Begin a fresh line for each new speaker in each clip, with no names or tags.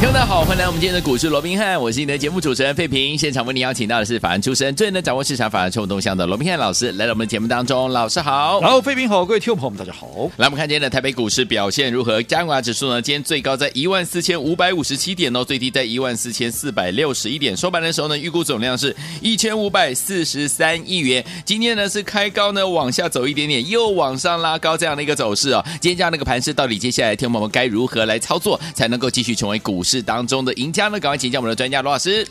听众大家好，欢迎来到我们今天的股市罗宾汉，我是你的节目主持人费平。现场为你邀请到的是法案出身、最能掌握市场法案臭动向的罗宾汉老师，来到我们的节目当中。老师好，
然后，费平好，各位听众朋友们，大家好。
来，我们看今天的台北股市表现如何？加权指数呢？今天最高在14,557点哦，最低在14,461点。收盘的时候呢，预估总量是1,543亿元。今天呢是开高呢往下走一点点，又往上拉高这样的一个走势哦。今天这样的一个盘势，到底接下来听我们该如何来操作，才能够继续成为股市当中的赢家呢？赶快请教我们的专家罗老师。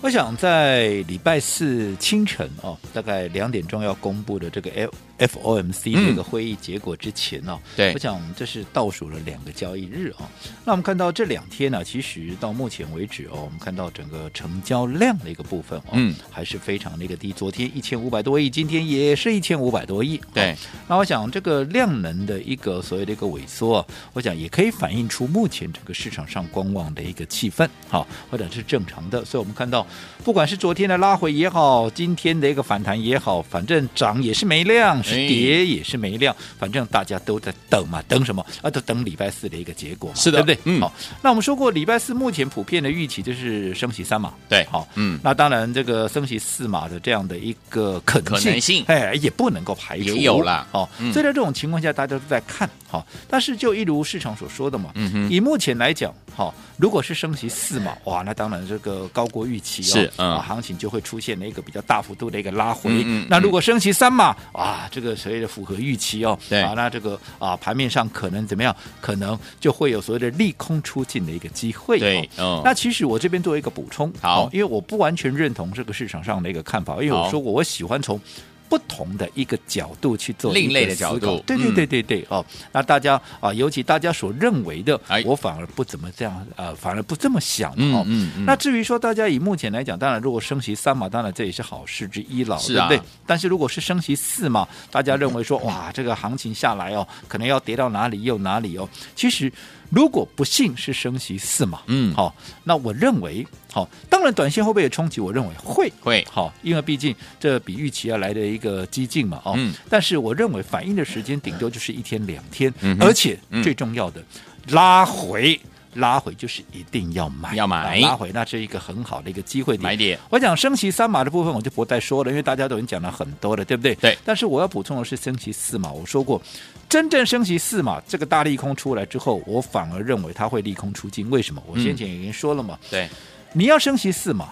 我想在礼拜四清晨哦，大概两点钟要公布的这个 F FOMC
嗯
这个会议结果之前哦，
对
我想这是倒数了两个交易日哦。那我们看到这两天呢、其实到目前为止哦，我们看到整个成交量的一个部分哦，
嗯
还是非常的一个低。昨天一千五百多亿，今天也是一千五百多亿。
对
那我想这个量能的一个所谓的一个萎缩，我想也可以反映出目前这个市场上观望的一个气氛，好，或者是正常的。所以我们看到，不管是昨天的拉回也好，今天的一个反弹也好，反正涨也是没量，是
哎
跌也是没量，反正大家都在等嘛，等什么啊？都等礼拜四的一个结果嘛，
是的
对不对？
嗯
好，那我们说过，礼拜四目前普遍的预期就是升息三码，
对
好，
嗯
那当然这个升息四码的这样的一个可能
可
性，
能性
哎，也不能够排除，
也有啦
哦，
嗯
所以在这种情况下，大家都在看好、但是就一如市场所说的嘛，
嗯哼
以目前来讲，好、如果是升息四嘛，哇，那当然这个高过预期哦，
是嗯
啊，行情就会出现了一个比较大幅度的一个拉回。
嗯嗯
那如果升息三嘛，啊，这个所谓的符合预期哦，
对
啊，那这个啊盘面上可能怎么样？可能就会有所谓的利空出尽的一个机会、哦。
对嗯
那其实我这边做一个补充，
好
哦因为我不完全认同这个市场上的一个看法，因为
好
我说过我喜欢从。不同的一个角度去做
另
一个
类的
思
角
考
度
对对
嗯
对对对、哦。那大家啊，尤其大家所认为的
哎，
我反而不怎么这样，呃，反而不这么想
嗯
哦。
嗯嗯
那至于说大家以目前来讲，当然如果升息三嘛，当然这也是好事之一了，
是啊
对不对？但是如果是升息四嘛，大家认为说哇，这个行情下来哦，可能要跌到哪里又哪里哦。其实如果不幸是升息四嘛，
嗯
好、那我认为好、当然短线会不会有冲击？我认为会
会
好、因为毕竟这比预期要来的一个激进嘛哦。
嗯
但是我认为反应的时间顶多就是一天两天，
嗯哼
而且
嗯
最重要的、拉回。拉回就是一定要买，啊
要买
拉回，那是一个很好的一个机会点。
买点
我讲升旗三码的部分我就不再说了，因为大家都已经讲了很多了，对不对？
对
但是我要补充的是升旗四码，我说过，真正升旗四码这个大利空出来之后，我反而认为它会利空出尽。为什么？我
嗯
先前已经说了嘛，
对，
你要升旗四码，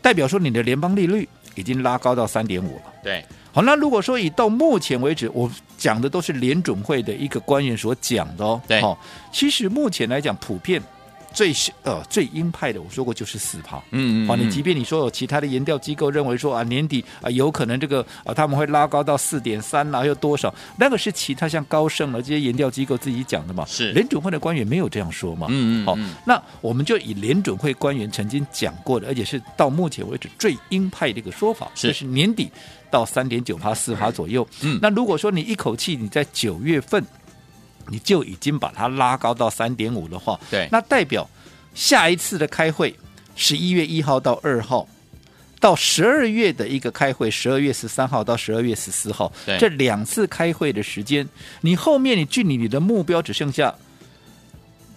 代表说你的联邦利率已经拉高到三点五了。
对，
好，那如果说以到目前为止，我讲的都是联准会的一个官员所讲的哦。
对
哦，其实目前来讲，普遍最呃最鹰派的，我说过就是四趴。
嗯
好、你即便你说有其他的研调机构认为说啊，年底啊有可能这个啊他们会拉高到四点三啦，又多少？那个是其他像高盛啊了这些研调机构自己讲的嘛。
是
联准会的官员没有这样说嘛？
嗯嗯
好、
嗯
那我们就以联准会官员曾经讲过的，而且是到目前为止最鹰派的一个说法，
是
就是年底到三点九趴四趴左右。
嗯
那如果说你一口气你在九月份你就已经把它拉高到三点五的话，
对
那代表下一次的开会十一月一号到二号。到十二月的一个开会，十二月十三号到十二月十四号
对，
这两次开会的时间，你后面你距离你的目标只剩下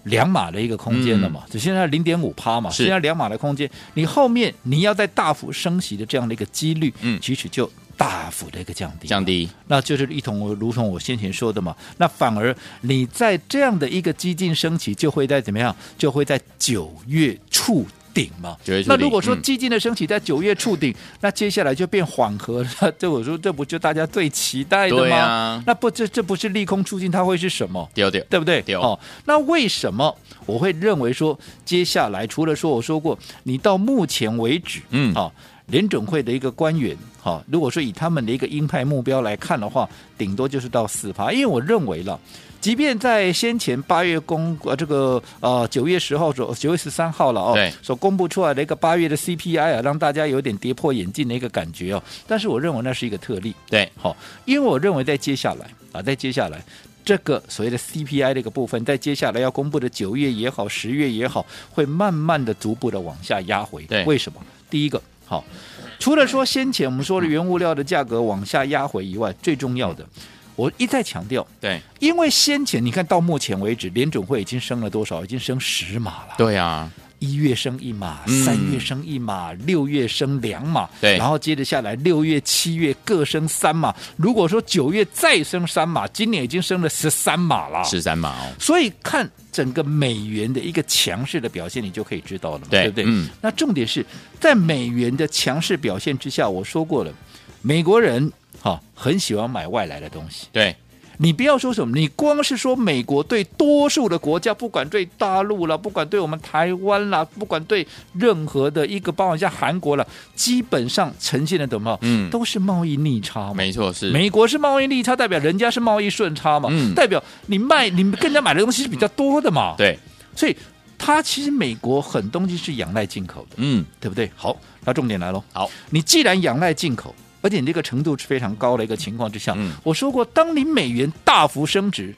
两码的一个空间了嘛，只剩下零点五趴嘛，
嗯是
剩下两码的空间，你后面你要在大幅升息的这样的一个几率，
嗯
其实就大幅的一个降低，
降低，
那就是一同我如同我先前说的嘛，那反而你在这样的一个激进升起，就会在怎么样，就会在九月触顶嘛
九月。触
那
顶
如果说
嗯
激进的升起在九月触顶，那接下来就变缓和了。 这我说这不就大家最期待的吗？
对啊
那不这这不是利空出尽，它会是什么？
丢丢，
对不对
对？
哦，那为什么我会认为说接下来除了说我说过，你到目前为止，
嗯
好、哦，联准会的一个官员，好、如果说以他们的一个鹰派目标来看的话，顶多就是到四趴，因为我认为了。即便在先前八月公呃这个呃九月十号所九月十三号了哦
对，
所公布出来的一个八月的 CPI 啊，让大家有点跌破眼镜的一个感觉哦，但是我认为那是一个特例，
对，
好，因为我认为在接下来啊，在接下来。这个所谓的 CPI 的一个部分，在接下来要公布的九月也好，十月也好，会慢慢的、逐步的往下压回。
对
为什么？第一个，好，除了说先前我们说的原物料的价格往下压回以外，最重要的，我一再强调，
对，
因为先前你看到目前为止，联准会已经升了多少？已经升十码了。
对啊，
一月升一码，
嗯
三月升一码，六月升两码，
对
然后接着下来六月、七月各升三码。如果说九月再升三码，今年已经升了十三码哦了。
十三毛，
所以看整个美元的一个强势的表现，你就可以知道了嘛，
对
不对？
嗯
那重点是在美元的强势表现之下，我说过了，美国人哈、很喜欢买外来的东西。
对，
你不要说什么，你光是说美国对多数的国家，不管对大陆了，不管对我们台湾啦，不管对任何的一个，包括像韩国了，基本上呈现的怎么样？
嗯
都是贸易逆差嘛。
没错，是，
美国是贸易逆差，代表人家是贸易顺差嘛，
嗯
代表你卖你跟人家买的东西是比较多的嘛，，
对，
所以它其实美国很东西是仰赖进口的，
嗯，
对不对？好，那重点来喽。
好，
你既然仰赖进口，而且你这个程度是非常高的一个情况之下，
嗯
我说过，当你美元大幅升值，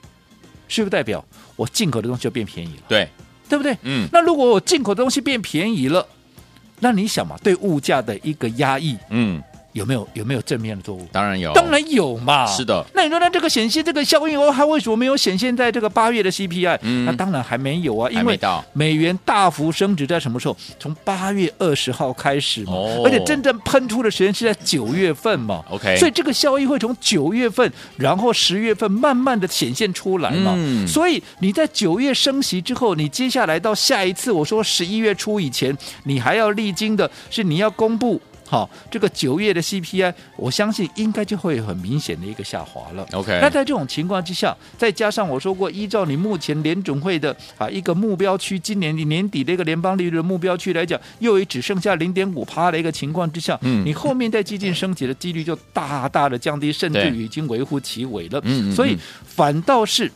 是不是代表我进口的东西就变便宜了？
对，
对不对？
嗯，
那如果我进口的东西变便宜了，那你想嘛，对物价的一个压抑
嗯，
有没有有没有正面的作用？
当然有，
当，然有嘛，
哦是的。
那你说，那这个显现这个效应哦，它为什么没有显现在这个八月的 CPI？、
嗯
那当然还没有啊，
还
因
没
为
到
美元大幅升值在什么时候？从八月二十号开始嘛，
哦
而且真正喷出的时间是在九月份嘛。
OK
所以这个效益会从九月份，然后十月份慢慢的显现出来嘛。
嗯
所以你在九月升息之后，你接下来到下一次，我说十一月初以前，你还要历经的是你要公布。好，这个九月的 CPI，我相信应该就会有很明显的一个下滑了。
OK
那在这种情况之下，再加上我说过，依照你目前联准会的啊一个目标区，今年年底的一个联邦利率的目标区来讲，又也只剩下零点五趴的一个情况之下，
嗯
你后面再激进升级的几率就大大的降低，甚至于已经微乎其微了。
嗯嗯
所以
嗯
反倒是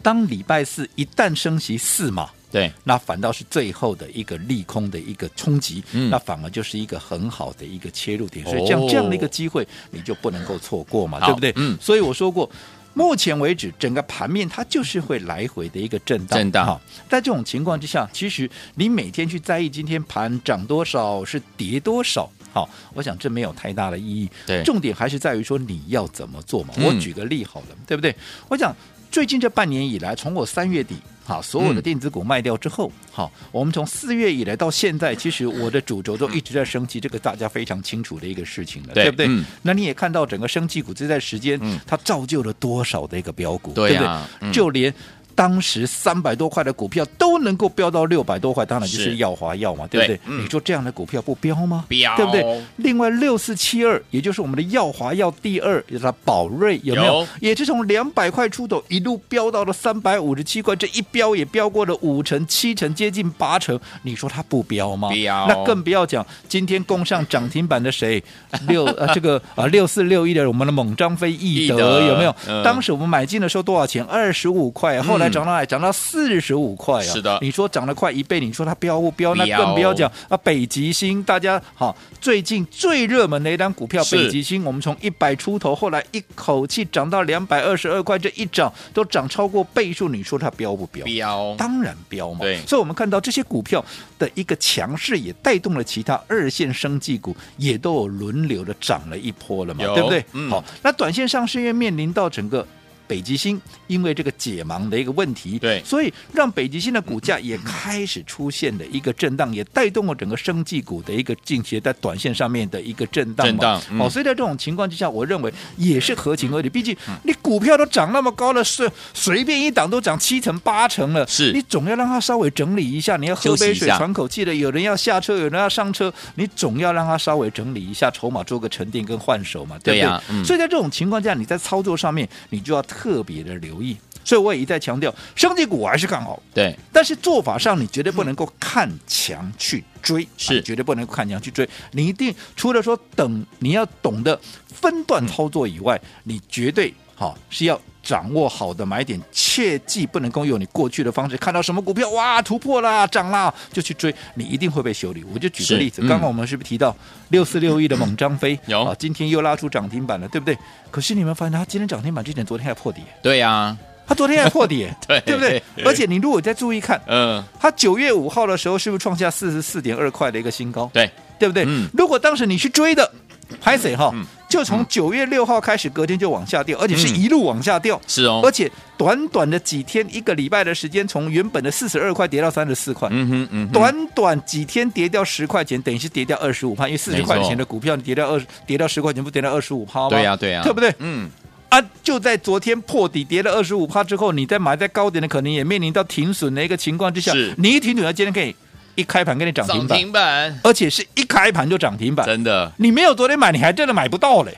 当礼拜四一旦升息四码。
对，
那反倒是最后的一个利空的一个冲击，
嗯
那反而就是一个很好的一个切入点，所
哦
以像这样的一个机会，你就不能够错过嘛，
好
对不对？
嗯
所以我说过。目前为止，整个盘面它就是会来回的一个震荡。
震荡
好，在这种情况之下，其实你每天去在意今天盘涨多少是跌多少，好，我想这没有太大的意义。
对
重点还是在于说你要怎么做嘛。
嗯
我举个例好了，对不对？我讲最近这半年以来，从我三月底好所有的
嗯
电子股卖掉之后，好，我们从四月以来到现在，其实我的主轴都一直在升级，这个大家非常清楚的一个事情了，
对
不对？
嗯
那你也看到整个升级股这段时间，
嗯
它造就了多少的一个标股，
对
不
啊
对？
嗯
就连当时三百多块的股票都能够飙到六百多块，当然就是是耀华耀嘛，对不
对
对？
嗯
你说这样的股票不飙吗？
飙
对不对？另外六四七二，也就是我们的耀华耀第二，也就是宝瑞，有没有？
有
也是从两百块出头一路飙到了三百五十七块，这一飙也飙过了五成、七成，接近八成。你说它不飙吗？
飙
那更不要讲今天攻上涨停板的谁六呃这个呃六四六一的我们的猛张飞易
易德
德有没有？
嗯
当时我们买进的时候多少钱？二十五块，后来涨到哪里？涨到四十五块啊！
是的
你说涨了快一倍，你说它飙不飙？那
飙
更不要讲啊！北极星，大家好，最近最热门的一单股票
是
北极星，我们从一百出头，后来一口气涨到两百二十二块，这一涨都涨超过倍数，你说它飙不飙？
标，
当然飙嘛
哦对，
所以我们看到这些股票的一个强势，也带动了其他二线生技股也都有轮流的涨了一波了嘛
有，
对不对？
嗯
好，那短线上是因为面临到整个。北极星因为这个解盲的一个问题，
对
所以让北极星的股价也开始出现了一个震荡，也带动了整个生技股的一个近期在短线上面的一个震荡嘛。
震荡嗯
好，所以在这种情况之下，我认为也是合情合理。毕竟你股票都涨那么高了，是随便一档都涨七成八成了，
是
你总要让它稍微整理一下，你要喝
休息一
杯水
下
喘口气的。有人要下车，有人要上车，你总要让它稍微整理一下筹码，做个沉淀跟换手嘛，对
对
不对？
呀嗯
所以在这种情况下，你在操作上面，你就要特特别的留意。所以我也一再强调，升级股我还是看好，
对，
但是做法上你绝对不能够看强去追，
是
啊绝对不能够看强去追。你一定除了说等，你要懂得分段操作以外，你绝对好、是要。掌握好的买点，切记不能够用你过去的方式，看到什么股票哇突破啦涨啦就去追，你一定会被修理。我就举
是
个例子，
嗯
刚刚我们是不是提到六四六 一的猛张飞
有
啊？今天又拉出涨停板了，对不对？可是你们发现它今天涨停板之前，昨天还破底，
对啊呀，，
它昨天还破底
对
对不对？而且你如果再注意看，
嗯，
它九月五号的时候是不是创下四十四点二块的一个新高？
对，
对不对？
嗯
如果当时你去追的，拍谁哈
嗯？
就从九月六号开始，隔天就往下掉，而且是一路往下掉，
是哦
而，且短短的几天，一个礼拜的时间，从原本的四十二块跌到三十四块。
嗯哼嗯哼，
短短几天跌掉十块钱，等于是跌掉二十五趴，因为四
没
十
错
块钱的股票你跌掉二十，跌掉十块钱不跌掉二十五趴吗？
对呀对呀，
对不对？
嗯，
啊，就在昨天破底跌了二十五趴之后，你再买在高点的，可能也面临到停损的一个情况之下
是，
你一停损，它今天可以一开盘给你涨停
涨
板，
停板，
而且是一开盘就涨停板，
真的，
你没有昨天买，你还真的买不到嘞，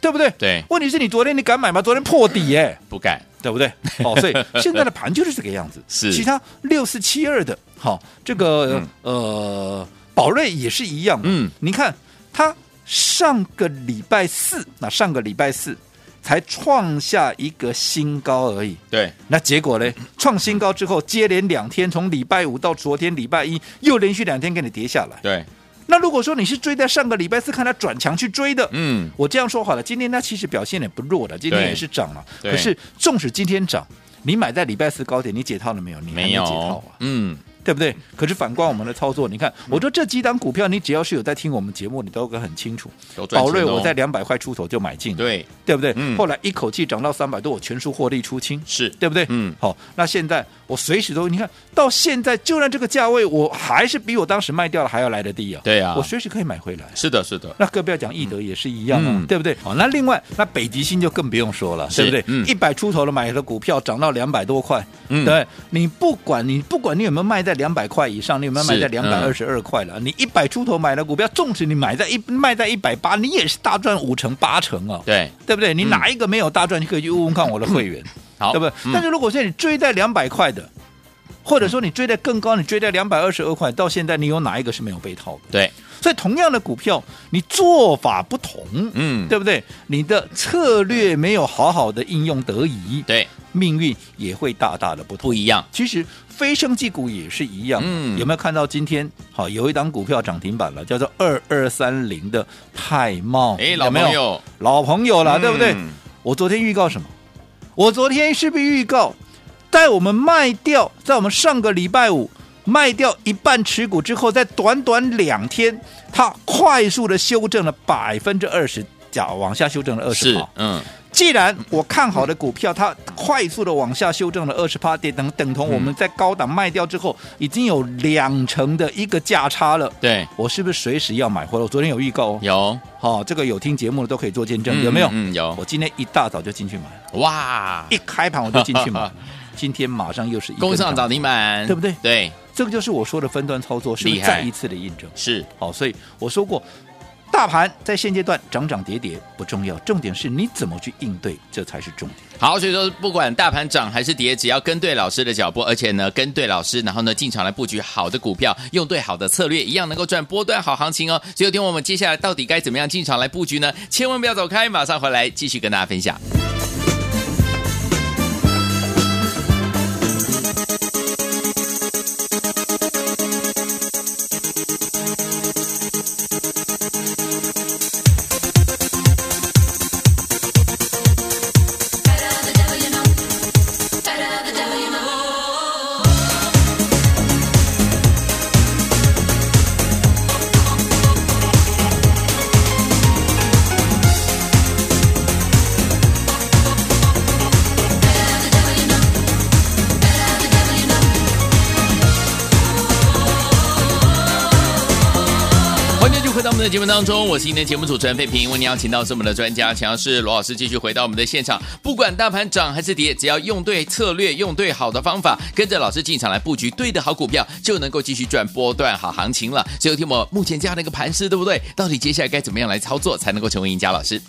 对不对？
对
问题是你昨天你敢买吗？昨天破底耶、
不敢，
对不对？哦，所以现在的盘就是这个样子。
是
其他六四七二的，好、这个、呃，宝瑞也是一样。
嗯，
你看它上个礼拜四，那上个礼拜四才创下一个新高而已。
对，
那结 果呢？创新高之后，接连两天，从礼拜五到昨天礼拜一，又连续两天给你跌下来。
对，
那如果说你是追在上个礼拜四看它转强去追的，
嗯，
我这样说好了，今天它其实表现也不弱的，今天
对
也是涨了。
对
可是纵使今天涨，你买在礼拜四高点，你解套了没有？你还
没
解套
有
啊，，
嗯，
对不对？可是反观我们的操作，你看，我说这几档股票，你只要是有在听我们节目，你都会很清楚。
都赚
宝
钱
瑞
哦
我在两百块出头就买进了，
对
对不对？
嗯
后来一口气涨到三百多，我全数获利出清。
是，
对不对？
嗯
好，那现在我随时都，你看到现在，就算这个价位，我还是比我当时卖掉了还要来得低啊。
对啊
我随时可以买回来。
是的，是的，
那更不要讲易德也是一样啊，
嗯
对不对？好，那另外那北极星就更不用说了，
是
对不对
嗯？
一百、出头的买的股票涨到两百多块，
嗯
对你不管你不管你有没有卖在两百块以上，你有没有卖在
是嗯
两百二十二块了，你一百出头买的股票，纵使你买在一卖在一百八，你也是大赚五成八成啊，
对，
对不对？你哪一个没有大赚？你可以去问问看我的会员，
好，
对不对？
嗯
但是如果说你追在两百块的。或者说你追在更高，你追在两百二十二块，到现在你有哪一个是没有被套的？
对，
所以同样的股票，你做法不同，
嗯，
对不对？你的策略没有好好的应用得宜，
对，
命运也会大大的不同
不。一样，
其实非生技股也是一样，啊
嗯
有没有看到今天好有一档股票涨停板了，叫做二二三零的泰茂，
哎，
有
老
没
朋
有
友，
老朋友了，
嗯
对不对？我昨天预告什么？我昨天是不是预告，在我们卖掉，在我们上个礼拜五卖掉一半持股之后，在短短两天，它快速的修正了百分之二十，假往下修正了二十
是
趴。，
嗯，
既然我看好的股票，它快速的往下修正了二十趴点，等等同我们在高档卖掉之后，已经有两成的一个价差了。
对，
我是不是随时要买回来？我昨天有预告哦，
有，
好、这个有听节目的都可以做见证，
嗯
有没有？
嗯，有，
我今天一大早就进去买了，
哇，
一开盘我就进去买 了，今天马上又是一根
攻上涨停板，
对不对
对，
这个就是我说的分段操作，是不
厉
是
害
再一次的印证？
是，
好，所以我说过，大盘在现阶段涨涨跌跌不重要，重点是你怎么去应对，这才是重点。
好，所以说不管大盘涨还是跌，只要跟对老师的脚步，而且呢跟对老师，然后呢进场来布局好的股票，用对好的策略，一样能够赚波段好行情哦。所以，听我们接下来到底该怎么样进场来布局呢？千万不要走开，马上回来继续跟大家分享。欢迎继续回到我们的节目当中，我是今天节目主持人费平，为您邀请到是我们的专家，强是罗老师，继续回到我们的现场。不管大盘涨还是跌，只要用对策略，用对好的方法，跟着老师进场来布局对的好股票，就能够继续赚波段好行情了。所以，听我目前这样的一个盘势，对不对？到底接下来该怎么样来操作才能够成为赢家？老师，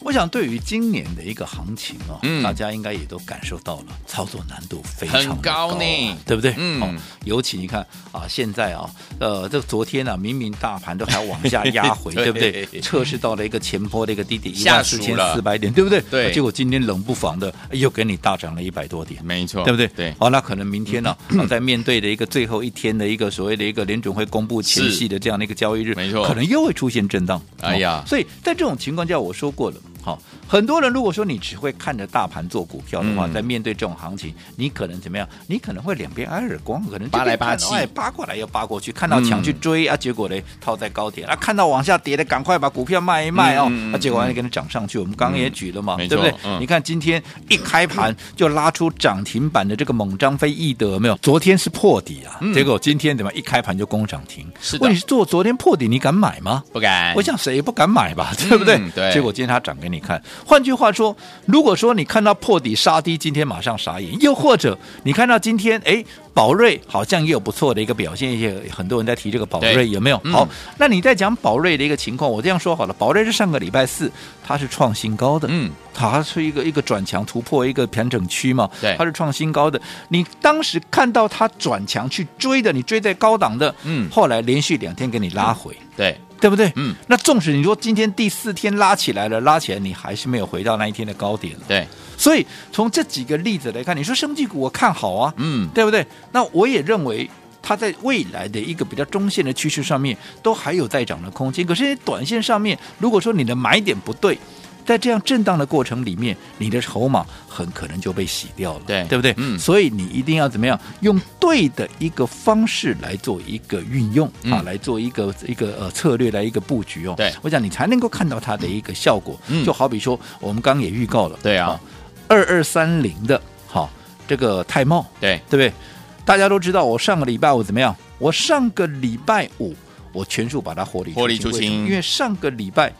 我想对于今年的一个行情啊，
嗯
大家应该也都感受到了，操作难度非常、
很
高
高
啊
呢
对不对？
嗯
哦尤其你看啊，现在啊，呃，这昨天啊，明明大盘都还往下压 回，
对
对不对？测试到了一个前坡的一个低点一
吓
万
死
四
我
千
了
四百点，对不对？
对
结果今天冷不防的又给你大涨了一百多点。
没错，
对不对？
对，
哦，那可能明 天呢、啊，在面对的一个最后一天的一个所谓的一个联准会公布前夕的这样的一个交易日，
没错
可能又会出现震荡。
哎呀
哦所以在这种情况下，我说过了。好、很多人如果说你只会看着大盘做股票的话，
嗯
在面对这种行情，你可能怎么样？你可能会两边挨耳光，可能
扒来扒去
这边看哎扒过来又扒过去，看到
嗯
强去追、啊，结果呢套在高点啊，看到往下跌的赶快把股票卖一卖哦，
嗯嗯嗯
啊，结果还给你涨上去。我们刚刚也举了嘛，
没错
对不对？
嗯
你看今天一开盘就拉出涨停板的这个猛张飞易德，有没有？昨天是破底啊，结果今天怎么一开盘就攻涨停？
嗯是的
问题是做昨天破底，你敢买吗？
不敢，
我想谁也不敢买吧， 对不对？
嗯对
结果今天它涨给你看。换句话说，如果说你看到破底杀低，今天马上傻眼；又或者你看到今天，哎，宝瑞好像也有不错的一个表现，也很多人在提这个宝
对
瑞，有没有？
嗯
好，那你在讲宝瑞的一个情况，我这样说好了，宝瑞是上个礼拜四它是创新高的，
嗯，
它是一个一个转强突破一个盘整区嘛，
对
它是创新高的。你当时看到它转强去追的，你追在高档的，
嗯
后来连续两天给你拉回。
对，
对不对？
嗯，
那纵使你说今天第四天拉起来了，拉起来你还是没有回到那一天的高点。
对，
所以从这几个例子来看，你说生技股我看好啊，
嗯，
对不对？那我也认为。它在未来的一个比较中线的趋势上面，都还有再涨的空间。可是你短线上面，如果说你的买点不对，在这样震荡的过程里面，你的筹码很可能就被洗掉了，
对
对不对？
嗯
所以你一定要怎么样，用对的一个方式来做一个运用、啊
嗯，
来做一个一个呃策略来一个布局哦。
对
我想你才能够看到它的一个效果。
嗯
就好比说，我们刚刚也预告了，
对啊
好，二二三零的，好，这个泰茂，
对，
对不对？大家都知道，我上个礼拜五怎么样？我上个礼拜五我全数把它获利
获利出
为什么
清
因为上个礼拜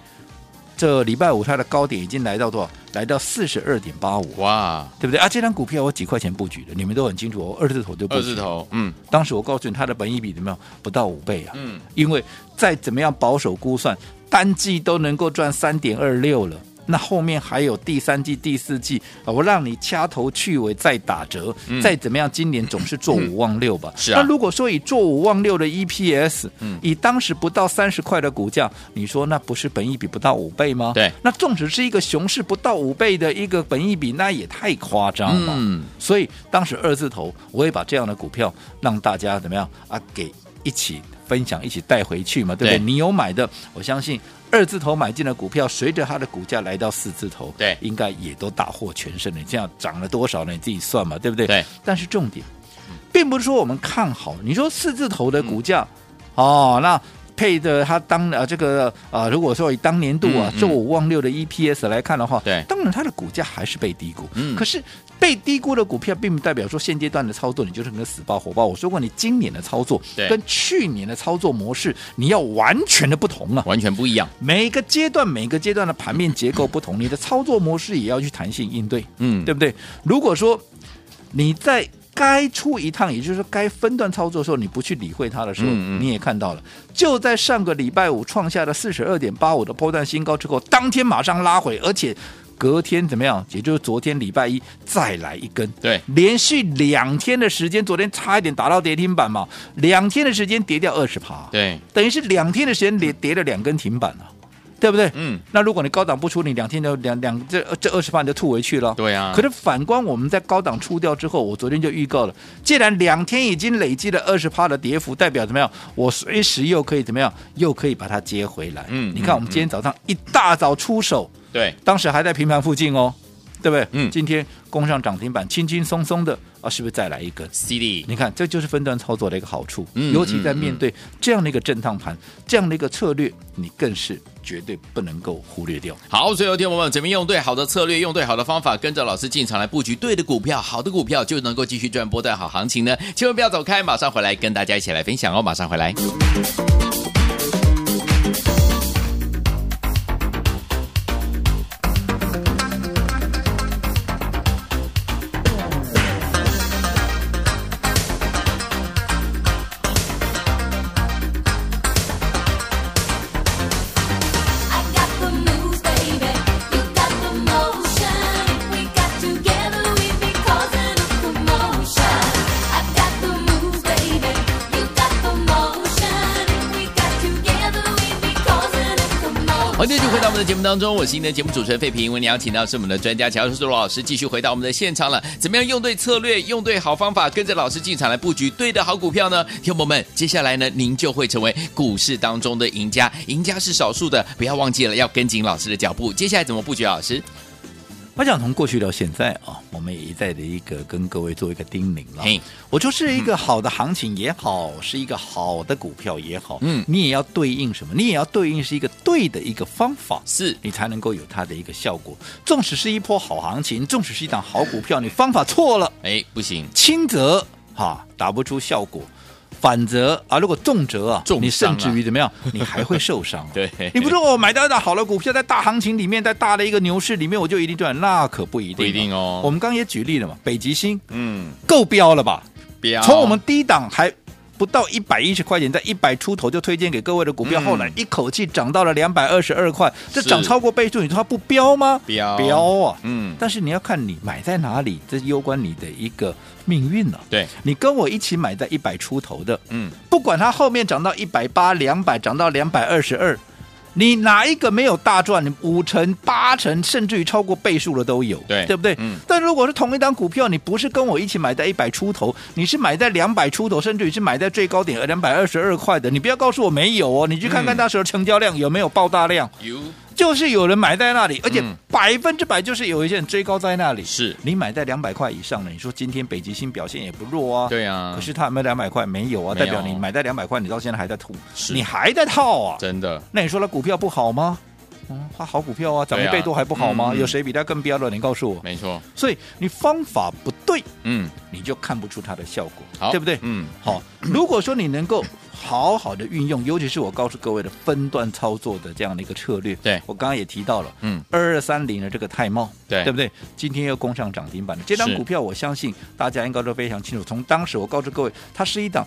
这礼拜五它的高点已经来到多少？来到四十二点八五，
哇，
对不对？啊，这张股票我几块钱布局的，你们都很清楚，我二字头就布局
二字。头，嗯，
当时我告诉你，它的本益比怎么样？不到五倍啊。
嗯，
因为再怎么样保守估算，单季都能够赚三点二六了。那后面还有第三季、第四季，啊我让你掐头去尾再打折，
嗯
再怎么样，今年总是做五望六吧。
是啊
那如果说以做五望六的 EPS，、
嗯
以当时不到三十块的股价，你说那不是本益比不到五倍吗？
对
那纵使是一个熊市不到五倍的一个本益比，那也太夸张了。
嗯，
所以当时二字头，我也把这样的股票让大家怎么样啊，给一起分享，一起带回去嘛，对不对？
对
你有买的，我相信二字头买进的股票，随着它的股价来到四字头，
对
应该也都大获全胜了。这样涨了多少呢？你自己算嘛，对不对？
对。嗯
但是重点，并不是说我们看好，你说四字头的股价，
嗯
哦，那。配的它当呃这个呃，如果说以当年度啊
嗯嗯
周五望六的 EPS 来看的话，
对
当然它的股价还是被低估，
嗯
可是被低估的股票，并不代表说现阶段的操作你就是很死抱活抱。我说过，你今年的操作
对
跟去年的操作模式，你要完全的不同啊。
完全不一样，
每个阶段每个阶段的盘面结构不同，你的操作模式也要去弹性应对，
嗯
对不对？如果说你在该出一趟，也就是说该分段操作的时候，你不去理会它的时候，
嗯嗯
你也看到了，就在上个礼拜五创下了四十二点八五的波段新高之后，当天马上拉回，而且。隔天怎么样？也就是昨天礼拜一再来一根，
对
连续两天的时间，昨天差一点打到跌停板嘛，两天的时间跌掉二十趴，
对，
等于是两天的时间跌跌了两根停板了、对不对？
嗯，
那如果你高档不出，你两天就两两这这二十万就吐回去了。
对啊
可是反观我们在高档出掉之后，我昨天就预告了，既然两天已经累积了二十趴的跌幅，代表怎么样？我随时又可以怎么样？又可以把它接回来。
嗯
你看我们今天早上一大早出手，
对，
当时还在平盘附近哦，对不对？
嗯
今天攻上涨停板，轻轻松松的啊，是不是再来一根？
犀利，
你看，这就是分段操作的一个好处，
嗯
尤其在面对这样的一个震荡盘，这样的一个策略，你更是绝对不能够忽略掉。
好，所以有听我们怎么用对好的策略，用对好的方法，跟着老师进场来布局对的股票，好的股票就能够继续赚波段好行情呢。千万不要走开，马上回来跟大家一起来分享哦，马上回来。
I got the moves, baby. You got
继续回到我们的节目当中，我是您的节目主持人费平。为您邀请到是我们的专家乔叔叔老师，继续回到我们的现场了。怎么样用对策略，用对好方法，跟着老师进场来布局对的好股票呢？听众朋友们，接下来呢，您就会成为股市当中的赢家，赢家是少数的，不要忘记了要跟紧老师的脚步。接下来怎么布局，老师？
我想从过去到现在啊，我们也一再的一个跟各位做一个叮咛了
嘿。
我就是一个好的行情也好，是一个好的股票也好，
嗯
你也要对应什么？你也要对应是一个对的一个方法，
是
你才能够有它的一个效果。纵使是一波好行情，纵使是一档好股票，你方法错了，
哎，不行，
轻则哈打不出效果，反则啊，如果重则啊，
重伤啊
你甚至于怎 么样，你还会受伤、啊。
对
你不是我买到一档好的股票，在大行情里面，在大的一个牛市里面，我就一定赚，那可不一定、啊
不一定哦
我们刚刚也举例了嘛，北极星
嗯，
够标了吧？
不要
从我们低档还。不到一百一十块钱，在一百出头就推荐给各位的股票，
嗯
后来一口气涨到了两百二十二块，这
是
涨超过倍数，你说它不标吗？
标
标啊！
嗯，
但是你要看你买在哪里，这攸关你的一个命运了、
对，
你跟我一起买在一百出头的，
嗯，
不管它后面涨到一百八、两百，涨到两百二十二，你哪一个没有大赚？你五成、八成，甚至于超过倍数的都有，
对
对不对？
嗯
但如果是同一档股票，你不是跟我一起买在一百出头，你是买在两百出头，甚至于是买在最高点两百二十二块的，你不要告诉我没有哦，你去看看
嗯
那时候成交量有没有爆大量，
有
就是有人买在那里，而且
嗯
百分之百就是有一些人追高在那里。
是，
你买在两百块以上的，你说今天北极星表现也不弱啊，
对啊，
可是他有没有两百块？没有啊，
没有
代表你买在两百块，你到现在还在吐，
是
你还在套啊？
真的
那你说那股票不好吗？嗯，它好股票啊，涨
对
一
啊
倍多还不好吗？
嗯嗯
有谁比它更标的？你告诉我。
没错，
所以你方法不对，
嗯，
你就看不出它的效果，
好，
对不对？
嗯，
好，如果说你能够好好的运用，尤其是我告诉各位的分段操作的这样的一个策略，
对
我刚刚也提到了，
嗯，
二二三零的这个泰茂，
对
对不对？今天又攻上涨停板了，这张
是
股票我相信大家应该都非常清楚。从当时我告诉各位，它是一档。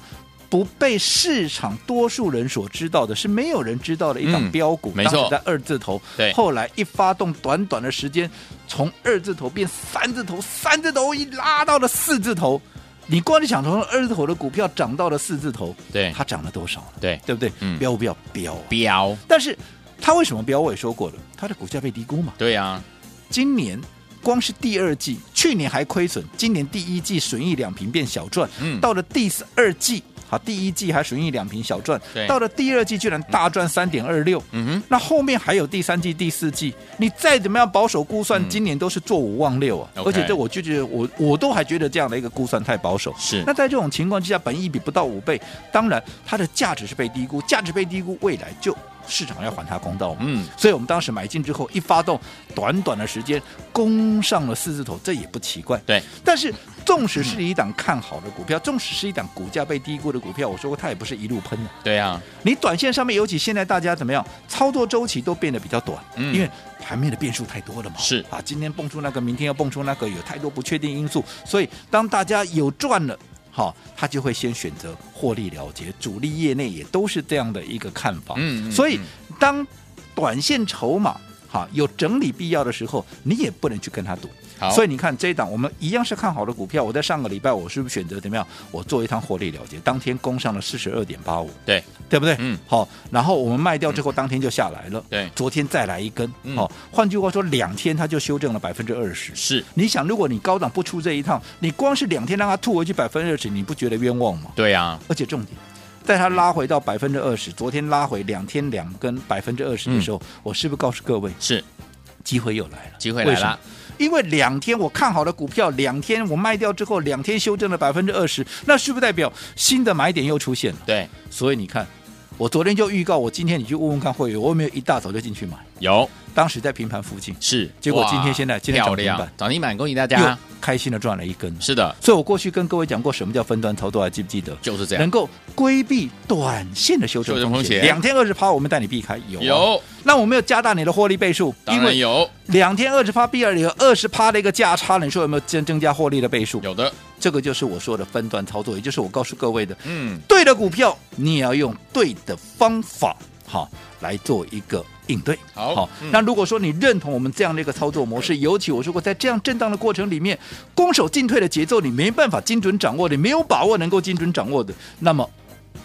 不被市场多数人所知道的，是没有人知道的一档
嗯
标股，
没错
当时在二字头，
对
后来一发动，短短的时间，从二字头变三字头，三字头一拉到了四字头，你光是想从二字头的股票涨到了四字头，
对
它涨了多少呢？
对
对不对？
嗯
标不要标啊、
标，
但是它为什么标？我也说过了，它的股价被低估嘛。
对啊，
今年光是第二季，去年还亏损，今年第一季损益两平变小赚，
嗯
到了第二季，好，第一季还损益两平小赚
对，
到了第二季居然大赚三点二六，
嗯哼，
那后面还有第三季、第四季，你再怎么样保守估算，
嗯
今年都是做五望六啊。
OK
而且这我就觉得我我都还觉得这样的一个估算太保守。
是
那在这种情况之下，本益比不到五倍，当然它的价值是被低估，价值被低估，未来就市场要还它公道嘛。
嗯，
所以我们当时买进之后，一发动，短短的时间攻上了四字头，这也不奇怪。
对，
但是纵使是一档看好的股票，纵使是一档股价被低估的股票，我说过它也不是一路喷的、
对啊，
你短线上面，尤其现在大家怎么样，操作周期都变得比较短，
嗯
因为盘面的变数太多了嘛。
是
啊，今天蹦出那个，明天要蹦出那个，有太多不确定因素，所以当大家有赚了。好，他就会先选择获利了结，主力业内也都是这样的一个看法。
嗯嗯
所以当短线筹码哈有整理必要的时候，你也不能去跟他赌。
好，
所以
以
你看这一档，我们一样是看好的股票。我在上个礼拜，我是不是选择怎么样？我做一趟获利了结，当天攻上了四十二点八五，
对
对不对？
嗯。
好，然后我们卖掉之后，当天就下来了。
对
昨天再来一根。
嗯
好，换句话说，两天它就修正了百分之二十。
是
你想，如果你高档不出这一趟，你光是两天让它吐回去百分之二十，你不觉得冤枉吗？
对啊，
而且重点，在它拉回到百分之二十，昨天拉回两天两根百分之二十的时候，我是不是告诉各位，
是
机会又来了？
机会来
为什
了
么，因为两天我看好的股票，两天我卖掉之后，两天修正了百分之二十，那是不是代表新的买点又出现了？
对，
所以你看，我昨天就预告，我今天你去问问看会员，我有没有一大早就进去买？
有
当时在平盘附近，
是，
结果
哇
今天现在今天
漂
涨停
亮
板，
涨停板，恭喜大
又
家，
开心的赚了一根。
是的，
所以我过去跟各位讲过，什么叫分段操作，还记不记得？
就是这
能
样，
够规避短线的修正
啊修正
风
风
险，
险
两天二十趴，我们带你避开有、啊、
有，
那我没有加大你的获利倍数，
当
因
然
为
有，
两天二十趴，必然有二十趴的一个价差，你说有没有增增加获利的倍数？
有的，
这个就是我说的分段操作，也就是我告诉各位的，
嗯，
对的股票，你也要用对的方法，好来做一个应对。
好嗯
那如果说你认同我们这样的一个操作模式，尤其我说过，在这样震荡的过程里面，攻守进退的节奏你没办法精准掌握的，你没有把握能够精准掌握的，那么。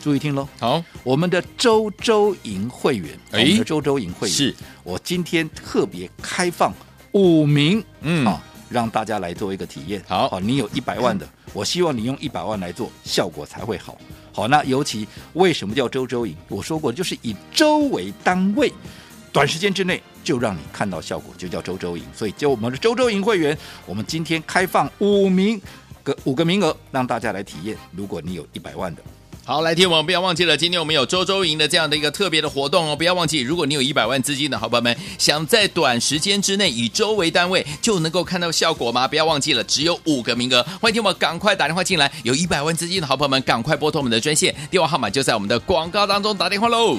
注意听喽，
好，
我们的周周营会员，
哎
我们的周周营会员
是
我今天特别开放五名，
嗯
啊，让大家来做一个体验。啊
好嗯
你有一百万的，我希望你用一百万来做，效果才会好。好，那尤其为什么叫周周营？我说过，就是以周为单位，短时间之内就让你看到效果，就叫周周营。所以，就我们的周周营会员，我们今天开放五名。个五个名额让大家来体验。如果你有一百万的，
好，来听我们不要忘记了，今天我们有周周营的这样的一个特别的活动哦，不要忘记，如果你有一百万资金的好朋友们，想在短时间之内以周为单位就能够看到效果吗？不要忘记了，只有五个名额，欢迎听我们赶快打电话进来，有一百万资金的好朋友们，赶快拨通我们的专线，电话号码就在我们的广告当中打电话喽。